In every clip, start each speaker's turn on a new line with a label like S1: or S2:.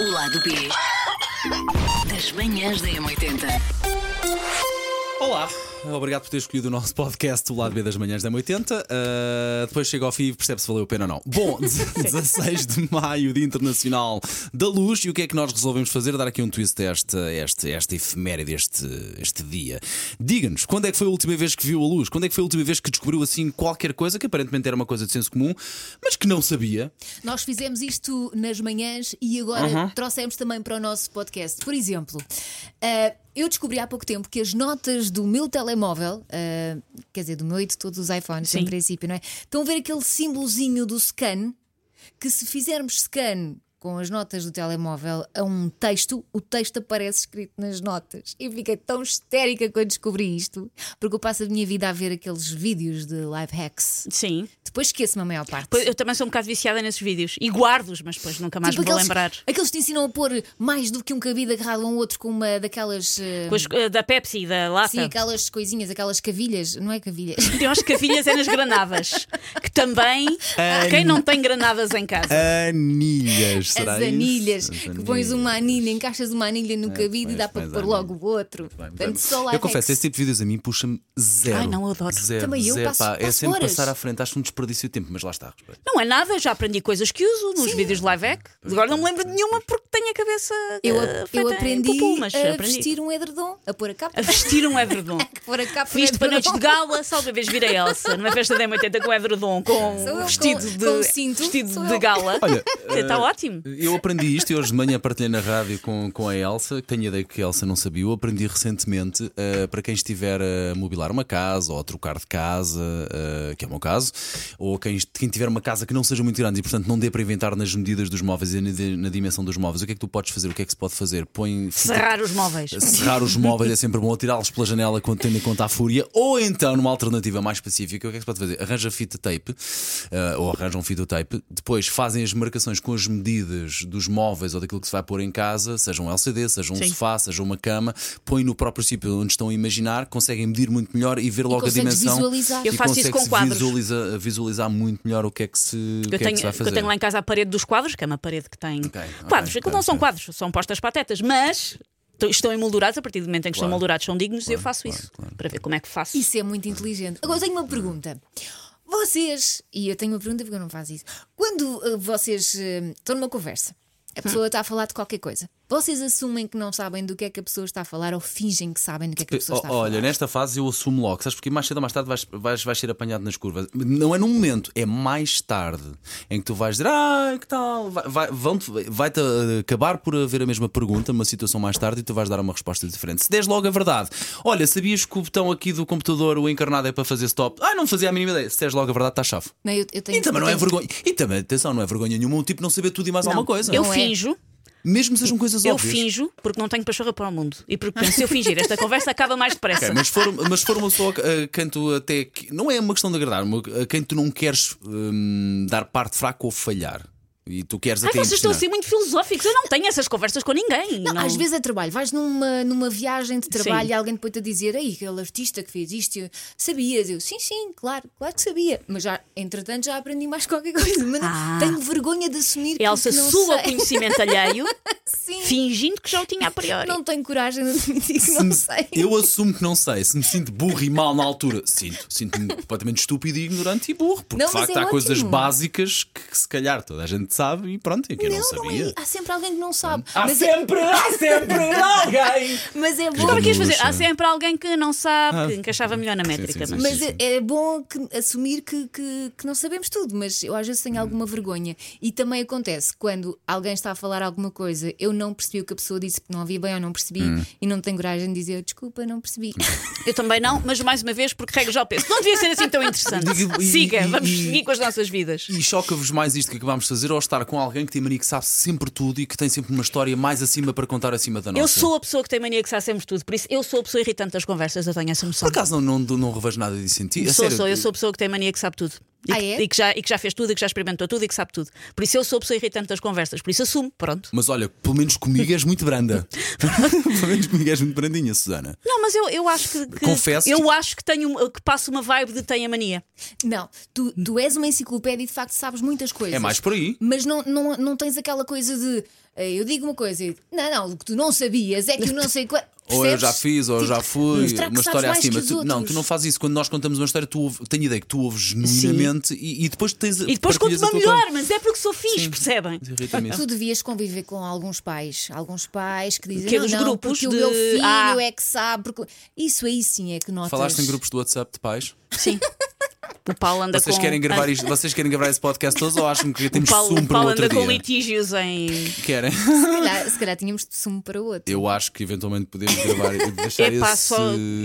S1: O lado B das manhãs da M80.
S2: Olá, obrigado por ter escolhido o nosso podcast, o lado B das manhãs da 80. Uh, depois chega ao fim e percebe se valeu a pena ou não. Bom, 16 de maio, Dia Internacional da Luz, e o que é que nós resolvemos fazer? Dar aqui um twist a esta, esta, esta efeméride, este, este dia. Diga-nos, quando é que foi a última vez que viu a luz? Quando é que foi a última vez que descobriu assim qualquer coisa que aparentemente era uma coisa de senso comum, mas que não sabia?
S3: Nós fizemos isto nas manhãs e agora
S4: Uhum.
S3: trouxemos também para o nosso podcast. Por exemplo, ah, eu descobri há pouco tempo que as notas do meu telemóvel, ah, quer dizer, do meu e de todos os iPhones, em princípio, não é? Estão a ver aquele símbolozinho do scan que se fizermos scan com as notas do telemóvel a um texto, o texto aparece escrito nas notas. E fiquei tão histérica quando descobri isto, porque eu passo a minha vida a ver aqueles vídeos de live hacks.
S4: Sim.
S3: Depois esqueço-me a maior parte.
S4: Pois, Eu também sou um bocado viciada nesses vídeos. E guardo-os, mas depois nunca mais me vou lembrar.
S3: Tipo Aqueles que te ensinam a pôr mais do que um cabido agarrado a um outro com uma daquelas. eh,
S4: Com as- eh, da Pepsi, da lata.
S3: Sim, aquelas coisinhas, aquelas cavilhas, não é cavilhas?
S4: Tem umas cavilhas é nas granadas. Que também, quem não tem granadas em casa?
S2: Anilhas,
S3: As
S2: será isso?
S3: anilhas,
S2: As
S3: que pões uma anilha, encaixas uma anilha no cabido e
S2: pões-
S3: dá para
S2: pões
S3: pôr
S2: a anilha.
S3: logo o outro.
S2: Bem,
S3: Portanto,
S2: portanto,
S3: só lá
S2: eu confesso, esse tipo de vídeos a mim puxa-me zero.
S4: Ai, não, eu adoro.
S2: Zero,
S3: Também eu
S2: zero,
S3: passo-
S2: pá. é
S3: passo
S2: sempre
S3: horas.
S2: passar à frente, acho um desperdício de tempo, mas lá está. respeito.
S4: Não é nada, já aprendi coisas que uso nos vídeos de live hack. Agora não
S2: é.
S4: me lembro de nenhuma porque tenho a cabeça.
S3: Eu,
S4: eh,
S3: eu
S4: feita em
S3: aprendi
S4: pupu, mas
S3: a
S4: aprendi.
S3: vestir um edredom, a pôr a capa.
S4: A vestir um Everdon.
S3: A pôr a capa no
S4: Fiz para noites de
S3: edredom.
S4: gala, só uma vez virei Elsa numa festa de M80 com Everdon, com um
S3: Sou eu,
S4: vestido
S3: com- um
S4: de,
S3: com cinto,
S4: vestido
S3: sou
S4: de
S3: eu.
S4: gala.
S2: Olha,
S4: Está
S2: eh,
S4: ótimo.
S2: Eu aprendi isto e hoje de manhã partilhei na rádio com, com a Elsa, que tenho ideia que a Elsa não sabia. Eu aprendi recentemente eh, para quem estiver a mobilar uma casa ou a trocar de casa, eh, que é o meu caso, ou quem, est- quem tiver uma casa que não seja muito grande e portanto não dê para inventar nas medidas dos móveis e na, di- na dimensão dos móveis, o que é que tu podes fazer? O que é que se pode fazer? Põe fita-
S4: Serrar os móveis.
S2: Serrar os móveis é sempre bom, tirá-los pela janela quando tendo em conta a fúria, ou então, numa alternativa mais específica, o que é que se pode fazer? Arranja fita tape, eh, ou arranjam fita tape, depois fazem as marcações com as medidas dos móveis ou daquilo que se vai pôr em casa, seja um LCD, seja um
S4: Sim.
S2: sofá, seja uma cama, põem no próprio sítio onde estão a imaginar, conseguem medir muito melhor e ver logo a
S3: consegues
S2: dimensão.
S3: visualizar.
S4: Eu
S2: E
S4: faço isso com
S2: consegue-se
S4: quadros.
S2: Visualiza, visualizar muito melhor o que é que se, o que
S4: Eu
S2: é que
S4: tenho,
S2: se vai
S4: que
S2: fazer.
S4: eu tenho lá em casa a parede dos quadros, que é uma parede que tem
S2: Ok, ok,
S4: quadros. Aquilo não
S2: ok,
S4: são
S2: ok.
S4: quadros, são postas patetas, mas t- estão emoldurados. A partir do momento em que estão
S2: Claro.
S4: emoldurados, são dignos. e eu faço
S2: claro,
S4: isso
S2: claro.
S4: para ver como é que faço.
S3: Isso é muito inteligente. Agora tenho uma pergunta. Vocês, e eu tenho uma pergunta porque eu não faço isso. Quando eh, vocês eh, estão numa conversa, a pessoa está a falar de qualquer coisa, vocês assumem que não sabem do que é que a pessoa está a falar ou fingem que sabem do que é que a pessoa está a
S2: Ó-
S3: falar?
S2: Olha, nesta fase eu assumo logo, sabes? Porque mais cedo ou mais tarde vais, vais, vais ser apanhado nas curvas. Não é num momento, é mais tarde em que tu vais dizer, ah, que tal? Vai, vai, vão-te- vai-te eh, acabar por haver a mesma pergunta, uma situação mais tarde, e tu vais dar uma resposta diferente. Se des logo a verdade, olha, sabias que o botão aqui do computador, o encarnado, é para fazer stop? Ah, não fazia a mínima ideia. Se des logo a verdade, está chave.
S3: Não, eu, eu tenho,
S2: E também não é
S3: eu tenho-
S2: vergonha. E também, atenção, não é vergonha nenhuma um tipo não saber tudo e mais alguma coisa.
S4: Eu
S3: Não é?
S4: finjo,
S2: Mesmo que sejam coisas
S4: eu
S2: óbvias.
S4: finjo, porque não tenho pachorra para o mundo. E porque penso, se eu fingir, esta conversa acaba mais depressa.
S2: Ok, mas se for, mas se for uma pessoa a quem tu até. que- Não é uma questão de agradar, uma- a quem tu não queres hum, dar parte fraca ou falhar. E tu queres
S4: Ai,
S2: até.
S4: vocês estão a
S2: impressionar.
S3: assim,
S4: ser muito filosóficos. Eu não tenho essas conversas com ninguém.
S3: Não, Às vezes é trabalho, vais numa, numa viagem de trabalho e
S4: Sim.
S3: alguém depois te a dizer, aí aquele artista que fez isto, eu- sabias? Eu, sim, sim, claro, claro que sabia. Mas já, entretanto, já aprendi mais qualquer coisa. Mas não-
S4: Ah.
S3: tenho vergonha de assumir que
S4: É Elsa
S3: não
S4: sua o
S3: sei.
S4: conhecimento alheio,
S3: Sim.
S4: fingindo que já o tinha a priori.
S3: Não tenho coragem de admitir que
S2: Se
S3: não
S2: me-
S3: sei.
S2: Eu assumo que não sei. Se me sinto burro e mal na altura, sinto. Sinto-me completamente estúpido e ignorante e burro. Porque
S3: Não,
S2: de
S3: mas
S2: facto
S3: é
S2: há coisas
S3: ótimo.
S2: básicas que, que se calhar toda a gente sabe e pronto, e que eu não, sabia. Hum. Ah,
S3: é. Há sempre alguém que não sabe.
S2: Há
S3: mas, é,
S2: sempre, há sempre alguém!
S3: mas é bom.
S4: Como é que ias fazer?
S2: Luxa.
S4: Há sempre alguém que não sabe, que encaixava melhor na métrica.
S2: Ah. sim,
S4: mas-
S3: Mas é, é bom que- assumir que, que- que não sabemos tudo, mas eu às vezes
S2: Hum.
S3: tenho alguma vergonha. E também acontece quando alguém está a falar alguma coisa, eu não percebi o que a pessoa disse, porque não ouvi bem ou não percebi,
S2: Hum.
S3: e não tenho coragem de dizer desculpa, não percebi.
S4: Eu também não, mas mais uma vez, porque regra já o penso. Não devia ser assim tão interessante.
S2: Digo, e-
S4: Siga,
S2: e-
S4: vamos
S2: e-
S4: seguir com as nossas vidas.
S2: E choca-vos mais isto que acabámos de fazer ou estar com alguém que tem mania que sabe sempre tudo e que tem sempre uma história mais acima para contar acima da nossa?
S4: Eu sou a pessoa que tem mania que sabe sempre tudo, por isso eu sou a pessoa irritante das conversas, eu tenho essa noção.
S2: Por acaso não, não, não revejo nada disso em ti? A
S4: sou,
S2: sério,
S4: sou, eu sou a pessoa que tem mania que sabe tudo. E,
S3: Ah,
S4: que,
S3: é?
S4: e que já, e que já fez tudo, e que já experimentou tudo e que sabe tudo. Por isso eu sou a pessoa irritante das conversas, por isso assumo, pronto.
S2: Mas olha, pelo menos comigo és muito branda. pelo menos comigo és muito brandinha, Susana.
S4: Não, mas mas eu, eu acho que, que-
S2: Confesso
S4: eu
S2: que-
S4: acho que tenho uma- que passo uma vibe de tenha mania.
S3: Não, tu, tu és uma enciclopédia e de facto sabes muitas coisas.
S2: É mais por aí.
S3: Mas não, não, não tens aquela coisa de eh, eu digo uma coisa e não, não, o que tu não sabias é que eu não sei qual.
S2: Ou eu já fiz,
S4: Tipo,
S2: ou eu já fui,
S3: será que
S2: uma
S3: sabes
S2: história
S3: mais
S2: acima.
S3: que os
S2: Tu- não, tu
S3: outros?
S2: não fazes isso. Quando nós contamos uma história, tu ouve, tenho ideia que tu ouves genuinamente e, e depois tens
S4: E depois conto
S2: partilhas
S4: uma
S2: a tua
S4: melhor, mas é porque sou fixe, percebem?
S2: conta. Irrita-me isso.
S3: Tu devias conviver com alguns pais, alguns pais que dizem
S4: Que é
S3: não,
S4: dos
S3: não,
S4: grupos
S3: porque o
S4: de-
S3: meu filho
S4: Ah.
S3: é que sabe. Porque... Isso aí sim é que notas.
S2: Falaste em grupos do WhatsApp de pais?
S4: Sim. O Paulo anda
S2: Vocês
S4: com. Ah.
S2: querem gravar isto? Vocês querem gravar esse podcast todos ou acham que
S4: O
S2: temos
S4: Paulo,
S2: sumo
S4: o
S2: para um
S4: Paulo
S2: outro
S4: anda com
S2: dia?
S4: litígios em.
S2: Querem?
S3: Se calhar, se calhar tínhamos de sumo para outro.
S2: Eu acho que eventualmente podemos gravar deixar
S4: É pá,
S2: esse...
S4: só.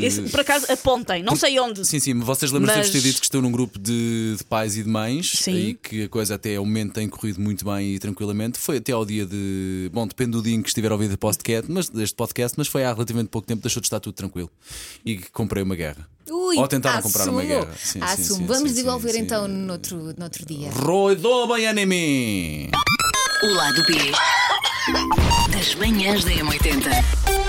S4: Esse, por acaso apontem, não sei onde.
S2: Sim, sim, mas vocês lembram-se de ter
S4: Mas-
S2: dito que estão num grupo de, de pais e de mães
S4: Sim.
S2: e que a coisa até ao momento tem corrido muito bem e tranquilamente. Foi até ao dia de. Bom, depende do dia em que estiver a ouvir de podcast, mas, deste podcast, mas foi há relativamente pouco tempo, deixou de estar tudo tranquilo e que comprei uma guerra.
S3: Ui,
S2: Ou tentaram
S3: assumo.
S2: comprar uma guerra. Sim, sim,
S3: Assumo.
S2: sim,
S3: Vamos
S2: sim,
S3: desenvolver
S2: sim,
S3: então
S2: sim.
S3: Noutro, noutro dia.
S2: Roidou bem anime!
S1: O lado B das manhãs da M80.